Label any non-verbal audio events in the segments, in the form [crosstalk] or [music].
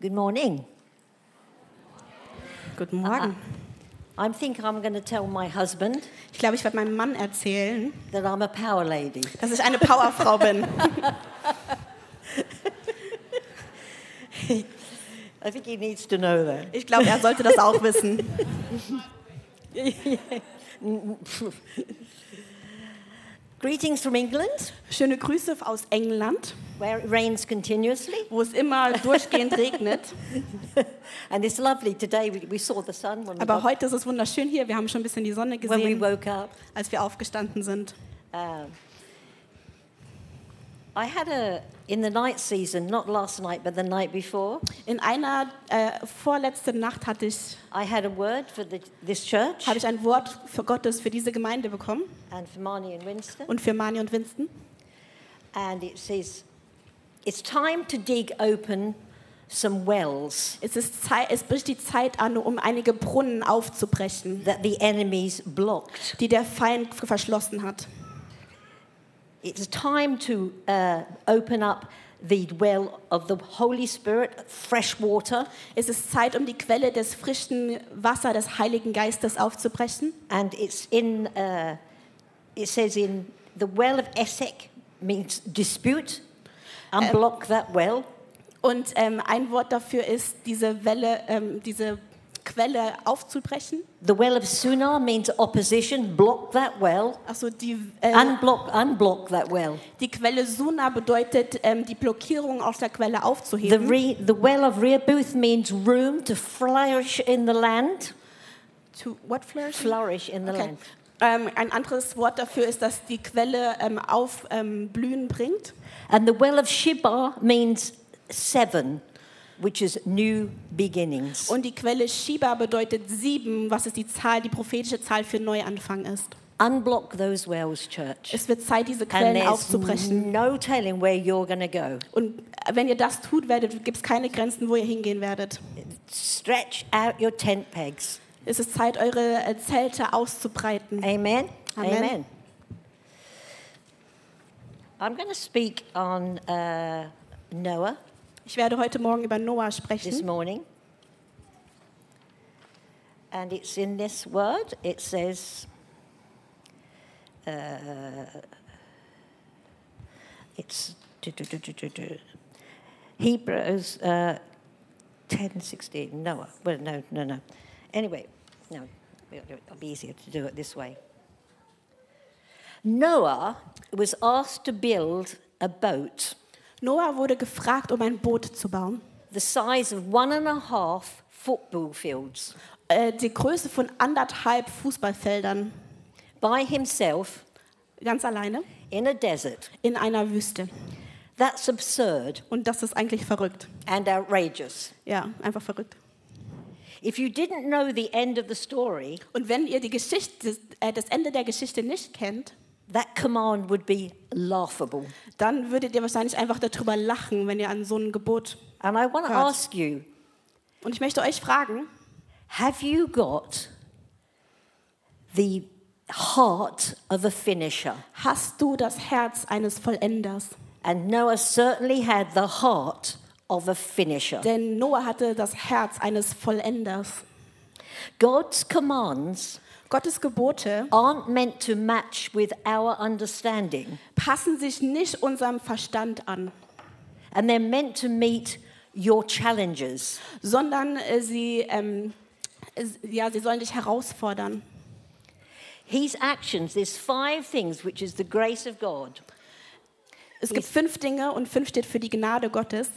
Good morning. Guten Morgen. I think I'm going to tell my husband Ich glaube, ich werde meinem Mann erzählen, that I'm a power lady. dass ich eine Powerfrau bin. I think he needs to know that. Ich glaube, er sollte das auch wissen. Greetings from England, Schöne Grüße aus England, where it rains continuously. wo es immer durchgehend regnet. And it's lovely today. We, we saw the sun when we, Aber got, heute ist es wunderschön hier. Wir haben schon ein bisschen die Sonne when we gesehen, woke up. als wir aufgestanden sind. Um, I had a, in the night season, not last night, but the night before, In einer äh, vorletzten Nacht hatte ich, I had a word for the, this church habe ich ein Wort für Gottes für diese Gemeinde bekommen and for Marnie and Winston. und für Mani und Winston. And it says, It's time to dig open some wells Es, ist Zeit, es bricht die Zeit an, um einige Brunnen aufzubrechen, that the enemy's blocked. die der Feind verschlossen hat. It's time to uh, open up the well of the Holy Spirit, fresh water, Es ist Zeit, um die Quelle des frischen Wasser des Heiligen Geistes aufzubrechen. and it's in. Uh, it says in the well of Essek means dispute. Unblock that well. Und ähm, ein Wort dafür ist, diese Welle, ähm, diese Quelle aufzubrechen. The well of Sunar means opposition. Block that well. Also die, äh, Unblock, unblock that well. die Quelle Suna bedeutet, ähm, die Blockierung aus der Quelle The, aufzuheben. re, the well of Rehoboth means room to flourish in the land. To, what flourishing? Flourish in the Okay. land. Ähm, ein anderes Wort dafür ist, dass die Quelle ähm, auf ähm, Blühen bringt. And the well of Shibar means seven, which is new beginnings. Und die Quelle Shiba bedeutet sieben, was ist die Zahl, die prophetische Zahl für Neuanfang ist. Unblock those wells, church. Es wird Zeit, diese And Quellen there's aufzubrechen. no telling where you're going to go. Und wenn ihr das tut werdet, gibt es keine Grenzen, wo ihr hingehen werdet. Stretch out your tent pegs. Es ist Zeit, eure äh, Zelte auszubreiten. Amen. Amen. I'm going to speak on uh, Noah Ich werde heute Morgen über Noah this sprechen. morning. And it's in this word. It says, uh, it's du- du- du- du- du- du. Hebrews uh, 10 16. Noah. Well, no, no, no. Anyway, no, it'll be easier to do it this way. Noah was asked to build a boat Noah wurde gefragt, um ein Boot zu bauen. the size of one and a half football fields Äh, die Größe von anderthalb Fußballfeldern, by himself ganz alleine, in a desert. in einer Wüste. That's absurd Und das ist eigentlich verrückt. and outrageous. Ja, einfach verrückt. If you didn't know the end of the story, Und wenn ihr die Geschichte, äh, das Ende der Geschichte nicht kennt, that command would be laughable. dann würdet ihr wahrscheinlich einfach darüber lachen, wenn ihr an so ein Gebot. And I want to Hard. ask you Und ich möchte euch fragen, have you got the heart of a finisher? Hast du das Herz eines Vollenders? And Noah certainly had the heart of a finisher. Denn Noah hatte das Herz eines Vollenders. God's commands Gottes Gebote aren't meant to match with our understanding. passen sich nicht unserem Verstand an, and they're meant to meet your challenges. sondern äh, sie, ähm, es- ja, sie sollen dich herausfordern. His actions, there's five things, which is the grace of God. Es gibt fünf Dinge und fünf steht für die Gnade Gottes.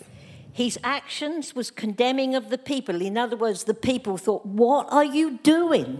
His actions was condemning of the people. In other words, the people thought, What are you doing?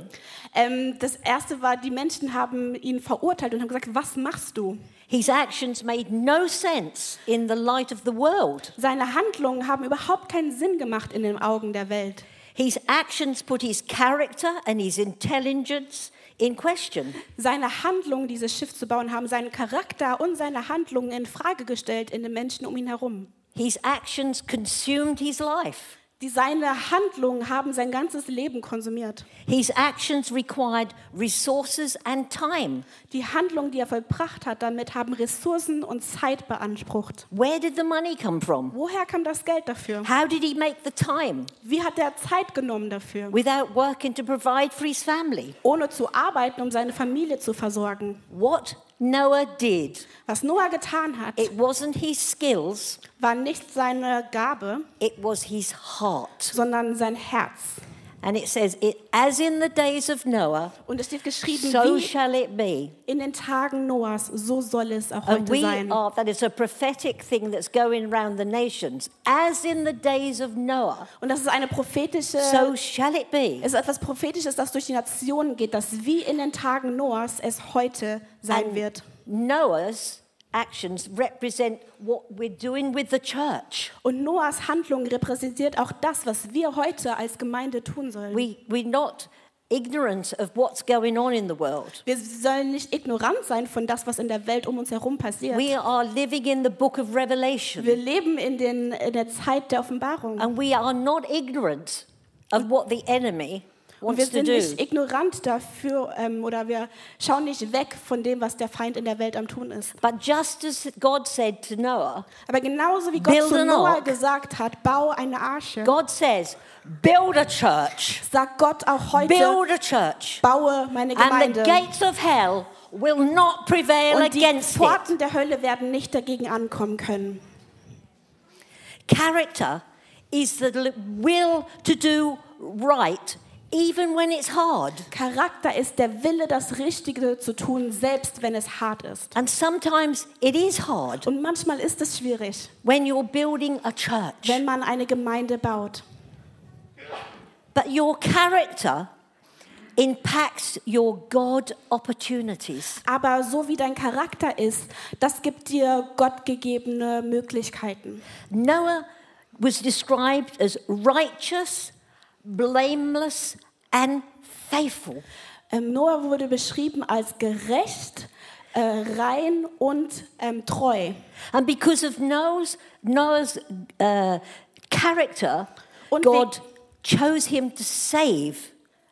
Ähm, das erste war, die Menschen haben ihn verurteilt und haben gesagt, was machst du? His actions made no sense in the light of the world. Seine Handlungen haben überhaupt keinen Sinn gemacht in den Augen der Welt. His actions put his character and his intelligence in question. seine Handlungen, dieses Schiff zu bauen, haben seinen Charakter und seine Handlungen in Frage gestellt in den Menschen um ihn herum. His actions consumed his life. Die, seine Handlungen haben sein ganzes Leben konsumiert. His actions required resources and time. Die Handlungen, die er vollbracht hat, damit haben Ressourcen und Zeit beansprucht. Where did the money come from? Woher kam das Geld dafür? How did he make the time Wie hat er Zeit genommen dafür? without working to provide for his family? Ohne zu arbeiten, um seine Familie zu versorgen. What Noah did, Was Noah getan hat, it wasn't his skills, war nicht seine Gabe, it was his heart. sondern sein Herz. And it says, it, as in the days of Noah, Und es steht geschrieben, so wie shall it be. in den Tagen Noahs, so soll es auch And heute we sein. are, that is a prophetic thing that's going round the nations. As in the days of Noah, Und das ist eine prophetische, so shall it be. es ist etwas Prophetisches, das durch die Nationen geht, dass wie in den Tagen Noahs es heute sein wird. Noah's actions represent what we're doing with the church. Und Noahs Handlung repräsentiert auch das, was wir heute als Gemeinde tun sollen. We, we're not ignorant of what's going on in the world. wir sollen nicht ignorant sein von das, was in der Welt um uns herum passiert. We are living in the book of wir Revelation, leben in, den, in der Zeit der Offenbarung. and we are not ignorant of what the enemy Und wir wants to sind do. nicht ignorant dafür ähm, oder wir schauen nicht weg von dem, was der Feind in der Welt am Tun ist. But just as God said to Noah, Aber genauso wie Gott Build zu an Noah ark. gesagt hat, bau eine Arche, God says, build a church, sagt Gott auch heute, build a church, baue meine and the Gemeinde. gates of hell will not prevail Und die against it. Pforten der Hölle werden nicht dagegen ankommen können. Character is the l- will to do right, even when it's hard. Charakter ist der Wille, das Richtige zu tun, selbst wenn es hart ist. And sometimes it is hard Und manchmal ist es schwierig, when you're building a church. wenn man eine Gemeinde baut. But your character impacts your God opportunities. Aber so wie dein Charakter ist, das gibt dir gottgegebene Möglichkeiten. Noah was described as righteous, blameless, and faithful. Ähm, Noah wurde beschrieben als gerecht, äh, rein und ähm, treu. And because of Noah's, Noah's uh, character, Und God chose him to save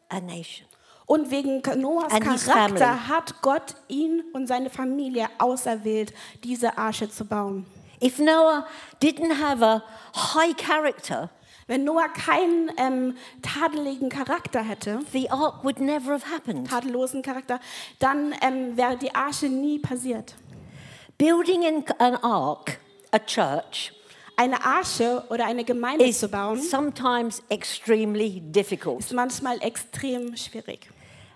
a nation. Und wegen Noahs And his Charakter family. hat Gott ihn und seine Familie auserwählt, diese Arche zu bauen. If Noah didn't have a high character, Wenn Noah keinen ähm, tadeligen Charakter hätte, the ark would never have happened. tadellosen Charakter, dann ähm, wäre die Arche nie passiert. Building an, an ark, a church, Eine Arche oder eine Gemeinde is zu bauen, sometimes extremely difficult. ist manchmal extrem schwierig.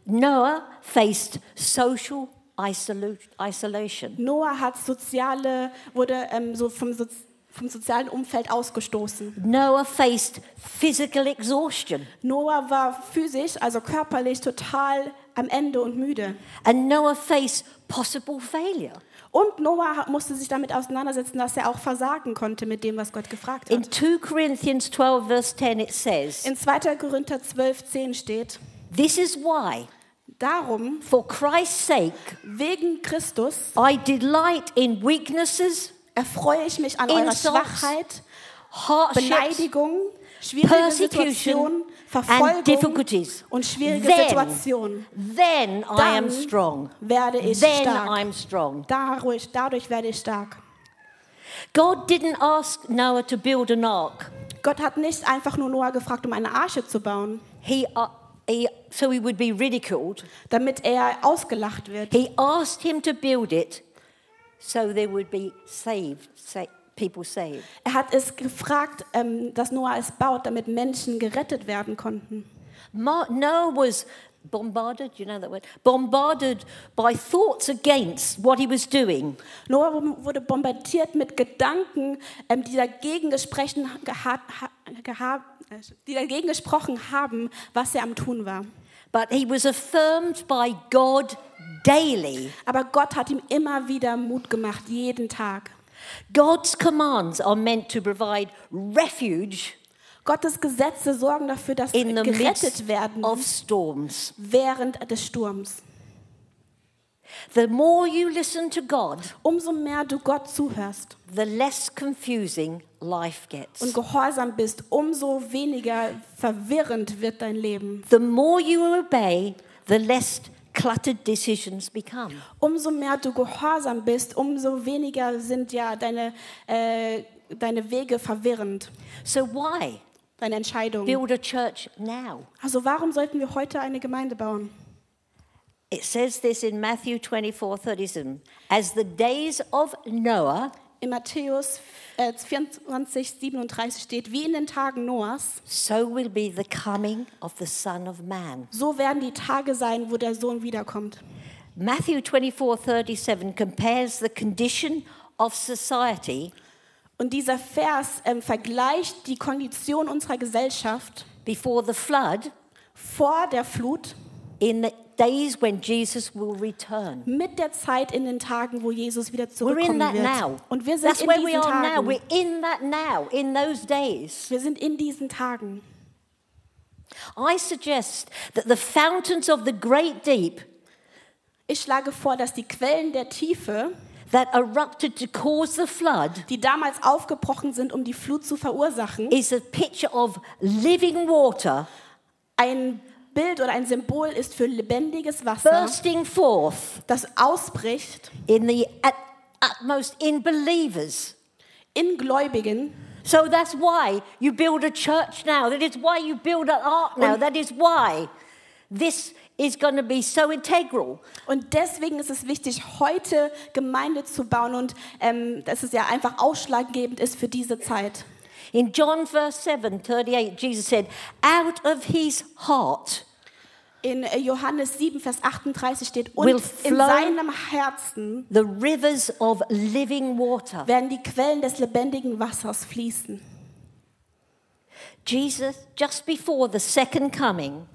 Noah faced social isolu- isolation. Noah hat soziale, wurde ähm, so vom, Soz vom sozialen Umfeld ausgestoßen. Noah faced physical exhaustion. Noah war physisch, also körperlich, total am Ende und müde. And Noah faced possible failure. Und Noah ha- musste sich damit auseinandersetzen, dass er auch versagen konnte mit dem, was Gott gefragt In hat. 2 Corinthians 12, verse 10, it says, In 2. Korinther 12, 10 steht, This is why, darum, for Christ's sake, wegen Christus I delight in weaknesses, erfreue ich mich an eurer Insults, Schwachheit, hardships, Beleidigung, schwierige Persecution Situationen, and Verfolgung difficulties. und schwierige Situationen. Then, then I am Dann strong. werde ich Then stark. I'm strong. Dadurch, dadurch werde ich stark. God didn't ask Noah to build an ark. Gott hat nicht einfach nur Noah gefragt, um eine Arche zu bauen, He, uh, he, so he would be ridiculed. damit er ausgelacht wird. He asked him to build it so there would be saved, sa- people saved. Er hat es gefragt, ähm, dass Noah es baut, damit Menschen gerettet werden konnten. Ma- Noah was bombarded, you know that word, bombarded by thoughts against what he was doing. Noah wum- wurde bombardiert mit Gedanken, ähm, die, dagegen gesprochen geha ha geha äh, die dagegen gesprochen haben, was er am Tun war. But he was affirmed by God daily. Aber Gott hat ihm immer wieder Mut gemacht, jeden Tag. God's commands are meant to provide refuge Gottes Gesetze sorgen dafür, dass in the gerettet midst werden of storms. während des Sturms. The more you listen to God, Umso mehr du Gott zuhörst the less confusing life und gets. gehorsam bist, umso weniger verwirrend wird dein Leben. The more you obey, the less cluttered decisions become. Umso mehr du gehorsam bist, umso weniger sind ja deine, äh, deine Wege verwirrend, So why deine Entscheidungen. build a church now? Also warum sollten wir heute eine Gemeinde bauen? It says this in Matthew 24 37. As the days of Noah, In Matthäus äh, 24, 37 steht, wie in den Tagen Noahs, so will be the coming of the Son of Man. so werden die Tage sein, wo der Sohn wiederkommt. Matthew 24 37 compares the condition of society Und dieser Vers ähm, vergleicht die Kondition unserer Gesellschaft before the flood vor der Flut in the days when Jesus will return. mit der Zeit in den Tagen, wo Jesus wieder We're in zurückkommen that now. wird. Und wir sind That's in where we diesen are now. Tagen. We're in that now, in those days. Wir sind in diesen Tagen. I suggest that the fountains of the great deep Ich schlage vor, dass die Quellen der Tiefe, that erupted to cause the flood die damals aufgebrochen sind, um die Flut zu verursachen, is a picture of living water ein Bild oder ein Symbol ist für lebendiges Wasser, bursting forth das ausbricht in the at- utmost in believers. in Gläubigen. So that's why you build a church now. That is why you build an ark now. That is why this is going to be so integral. Und deswegen ist es wichtig, heute Gemeinde zu bauen und ähm, dass es ja einfach ausschlaggebend ist für diese Zeit. In John verse 7, 38, Jesus said, out of his heart, In äh, Johannes 7, Vers 38 steht, und Will in flow- seinem Herzen the rivers of living water. werden die Quellen des lebendigen Wassers fließen. Jesus, just before the second coming,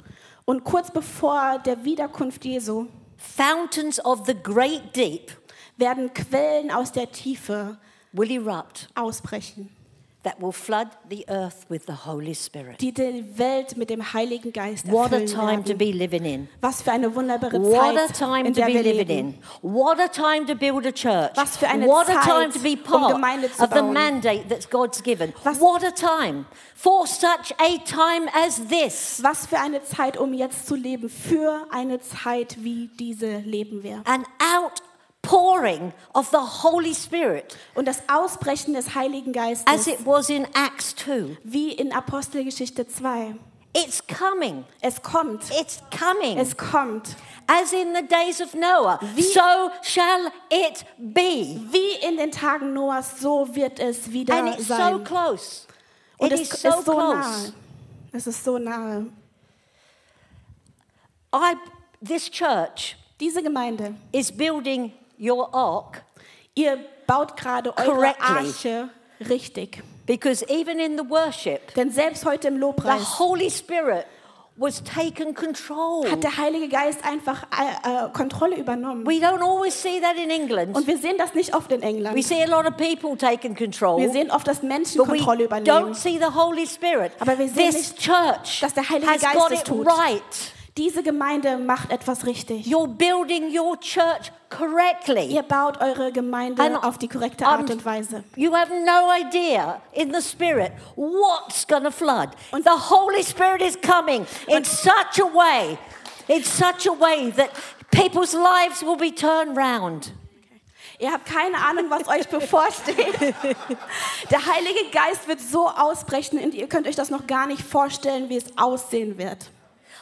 Und kurz bevor der Wiederkunft Jesu fountains of the great deep werden Quellen aus der Tiefe will erupt ausbrechen, that will flood the earth with the Holy Spirit. die die Welt mit dem Heiligen Geist What a erfüllen time to werden. be living in. Was für eine wunderbare What a Zeit, time in to der be wir living leben. in. What a time to build a church. Was für eine what a time Zeit, to be um part Gemeinde zu of the bauen. mandate that God's given. Was- what a time for such a time as this. Was für eine Zeit, um jetzt zu leben, für eine Zeit, wie diese leben wir. An outpouring of the Holy Spirit Und das Ausbrechen des Heiligen Geistes, as it was in Acts 2. wie in Apostelgeschichte 2. It's coming. Es kommt, It's coming. es kommt. as in the days of Noah, so shall it be. Wie in den Tagen Noahs, so wird es And wieder it's so sein. close. Und It es is ist so so close. nahe. Es ist so nahe. I, this church Diese Gemeinde, is building your ark ihr baut gerade eure Correctly. Arche richtig. because even in the worship, Denn selbst heute im the Lobpreis Holy Spirit was taken control. hat der Heilige Geist einfach äh, äh, Kontrolle übernommen. We don't always see that in Und England. wir sehen das nicht oft in We England. see a lot of people taking Wir control, sehen oft, dass Menschen but we don't Kontrolle übernehmen. see the Holy Spirit. Aber wir sehen This nicht, church dass der Heilige has Geist got es it tut. right. Diese Gemeinde macht etwas richtig. You're building your church correctly. Ihr baut eure Ein- Gemeinde auf die korrekte Art und Weise. You have no idea in the spirit what's going to flood. Und- the Holy Spirit is coming in such a way, in such a way that people's lives will be turned round. Ihr habt keine Ahnung, was euch [laughs] bevorsteht. Der Heilige Geist wird so ausbrechen und ihr könnt euch das noch gar nicht vorstellen, wie es aussehen wird.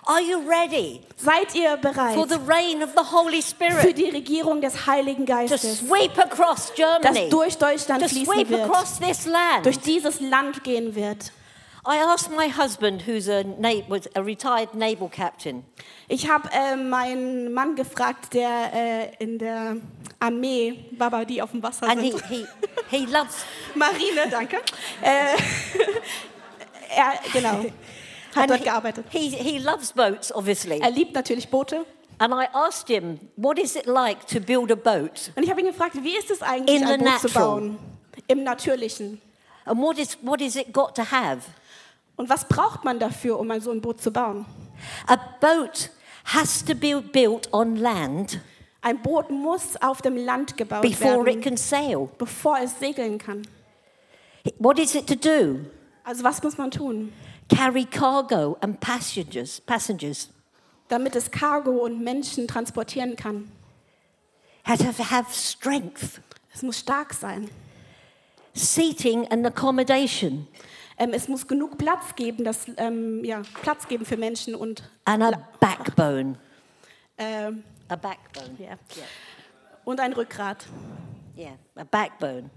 Are you ready Seid ihr for bereit the reign of the Holy für Spirit die Regierung des Heiligen to Geistes, sweep across das Germany, durch Deutschland to fließen sweep wird, across this durch land? dieses Land gehen wird? I asked my husband, who's a, na- was a retired naval captain, Ich habe äh, meinen Mann gefragt, der äh, in der Armee war, aber die auf dem Wasser and he, sind. he, he loves [laughs] Marine, danke. äh, [laughs] er, [laughs] genau, hat and dort he- gearbeitet. he, he loves boats, obviously. Er liebt natürlich Boote. And I asked him, what is it like to build a boat? Und ich habe ihn gefragt, wie ist es eigentlich, In ein the Boot zu natural. bauen? Im Natürlichen. And what is what is it got to have? Und was braucht man dafür, um ein- so ein Boot zu bauen? A boat has to be built on land Ein Boot muss auf dem Land gebaut before it werden, can sail. bevor es segeln kann. What is it to do? Also was muss man tun, Carry cargo and passengers. Passengers damit es Cargo und Menschen transportieren kann? had to have strength, Es muss stark sein. seating and accommodation, Ähm, es muss genug Platz geben, dass, ähm, ja, Platz geben für Menschen und and a backbone. ähm, A backbone. ja. und ein Rückgrat. Yeah, a backbone.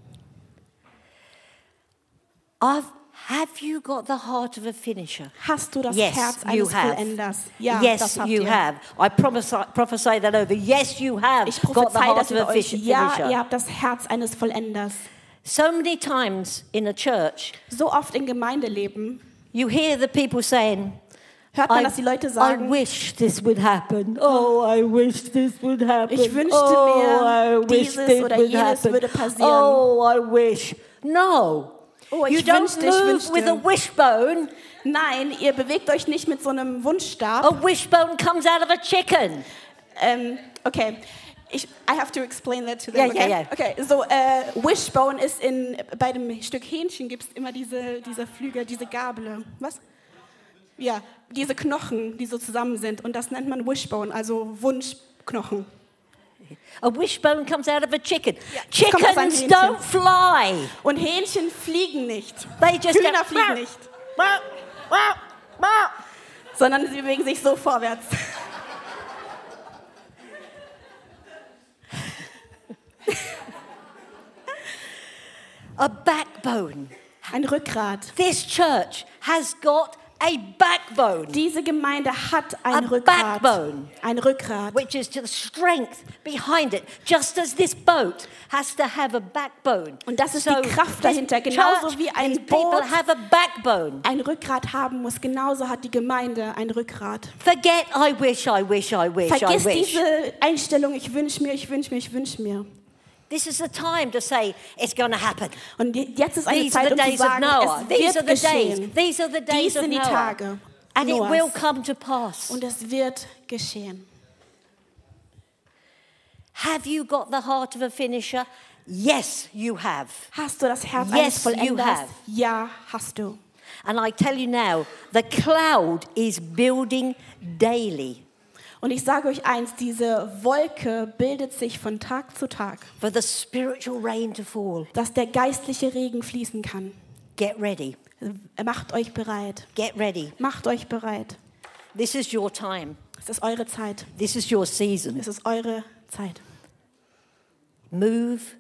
I've, have you got the heart of a finisher? Hast du das Yes, Herz you eines have. Vollenders? Ja, yes, das habt you ihr. have. I prophesy, prophesy that over. Yes, you have Ich got the prophezei heart das of a über euch. fish, Ja, finisher. ihr habt das Herz eines Vollenders. So many times in a church, So oft in Gemeindeleben you hear the people saying, hört man, I, dass die Leute I sagen, wish this would happen. Oh, I wish this would happen. Ich wünschte oh, mir, I wish dieses this oder would jenes happen. würde passieren. Oh, I wish. No. Oh, you ich don't wünschte, ich move wünschte. with a wishbone. nein, ihr bewegt euch nicht mit so einem Wunschstab. A wishbone comes out of a chicken. Ähm, okay. Ich, I have to explain that to Ja, them. ja, okay? ja. okay, so äh, Wishbone ist in bei dem Stück Hähnchen gibt es immer diese dieser Flügel, diese Gabel. Was? Ja, diese Knochen, die so zusammen sind und das nennt man Wishbone, also Wunschknochen. A wishbone comes out of a chicken. es kommt aus einem Chickens Hähnchen. don't fly. Und Hähnchen fliegen nicht. They just Hühner go, "Meow, fliegen nicht, meow, meow, meow." sondern sie bewegen sich so vorwärts. A backbone. Ein Rückgrat. This church has got a backbone, Diese Gemeinde hat ein A Rückgrat. backbone. Ein Rückgrat. which is to the strength behind it, just as this boat has to have a backbone. Und das ist die Kraft dahinter, this genauso church, wie ein these people Boot. have a backbone. Ein Rückgrat haben muss, genauso hat die Gemeinde ein Rückgrat. Forget I wish, I wish, I wish, I Vergiss wish. diese Einstellung, ich wünsche mir, ich wünsche mir, ich wünsche mir. This is the time to say it's going to happen. Und je- jetzt ist eine These are Zeit, the um zu days of sagen, Noah. es These are wird the days. geschehen. These are the Dies days of sind die Noah. Tage And it will Noahs. come to pass. Und es wird geschehen. Have you got the heart of a finisher? Yes, you have. Hast du das Herz Yes, eines you have. Vollenders? Ja, hast du. And I tell you now, the cloud is building daily Und ich sage euch eins, diese Wolke bildet sich von Tag zu Tag, for the spiritual rain to fall. dass der geistliche Regen fließen kann. Get ready. Macht euch bereit. Get ready. Macht euch bereit. This is your time. Es ist eure Zeit. This is your season. Es ist eure Zeit. Move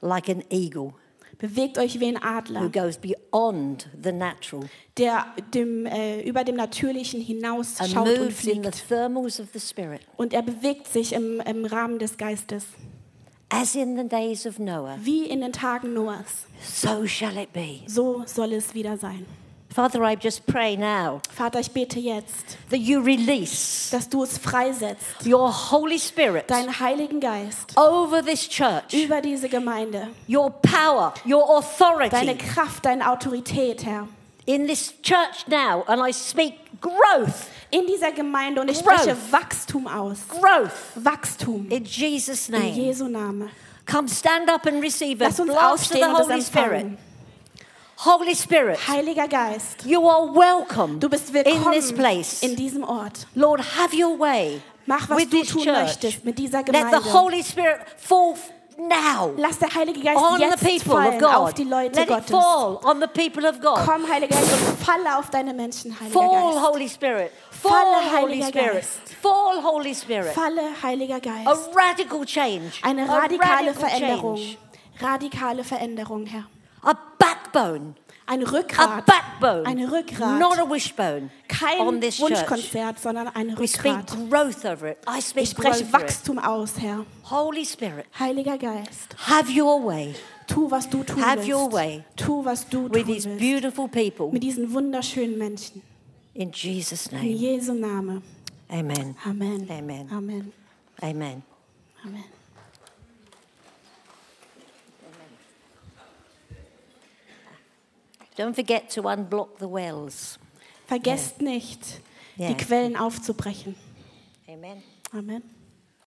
like an eagle Bewegt euch wie ein Adler, who goes beyond the natural der dem, äh, über dem Natürlichen and hinausschaut und moves in the fliegt. thermals of the spirit. Und er bewegt sich im, im Rahmen des Geistes. As in the days of Noah, Wie in den Tagen Noahs. so shall it be. So soll es wieder sein. Father, I just pray now Vater, ich bete jetzt, that you release dass du es freisetzt, your Holy Spirit deinen Heiligen Geist over this church, über diese Gemeinde. your power, your Deine authority Kraft, deine Autorität, Herr. in this church now. And I speak growth, In dieser Gemeinde und ich Growth. spreche Wachstum aus. growth Wachstum. in Jesus' In name. Jesu Name. Come stand up and receive a Lass uns blast of the aufstehen und Holy das Spirit. empfangen. Holy Spirit, Heiliger Geist, you are welcome du bist in this willkommen place. in diesem Ort. Lord, have your way Mach, was with du this tun church. möchtest mit dieser Let the Gemeinde. Holy Spirit fall f- now. Lass der Heilige on Geist the jetzt people of fallen auf God. die Leute Let it Gottes. fall on the people of God. Komm, Heiliger Geist, und falle auf deine Menschen, Heiliger Fall, Geist. Holy Spirit. Falle, Fall, Holy Heiliger Spirit. Geist. Fall, Holy Spirit. Falle, Heiliger Geist. A radical change. Eine A radikale radical Veränderung. change. Radikale Veränderung, Herr. A backbone. Ein A Rückgrat. backbone. Ein Rückgrat. Not a wishbone. Kein on this church. Wunschkonzert, sondern ein We speak Rückgrat. growth over it. I Ich speak growth spreche over it. Wachstum aus, Herr. Holy Spirit, Heiliger Geist, have your way tu, was du tun Have willst. your way. Tu, was du with tun these willst. beautiful people. Mit diesen wunderschönen Menschen. In Jesus' In name. Jesu Name. Amen. Amen. Amen. Amen. Amen. Amen. Don't forget to unblock the wells. Vergesst nicht, Ja. die Quellen aufzubrechen. Amen. Amen.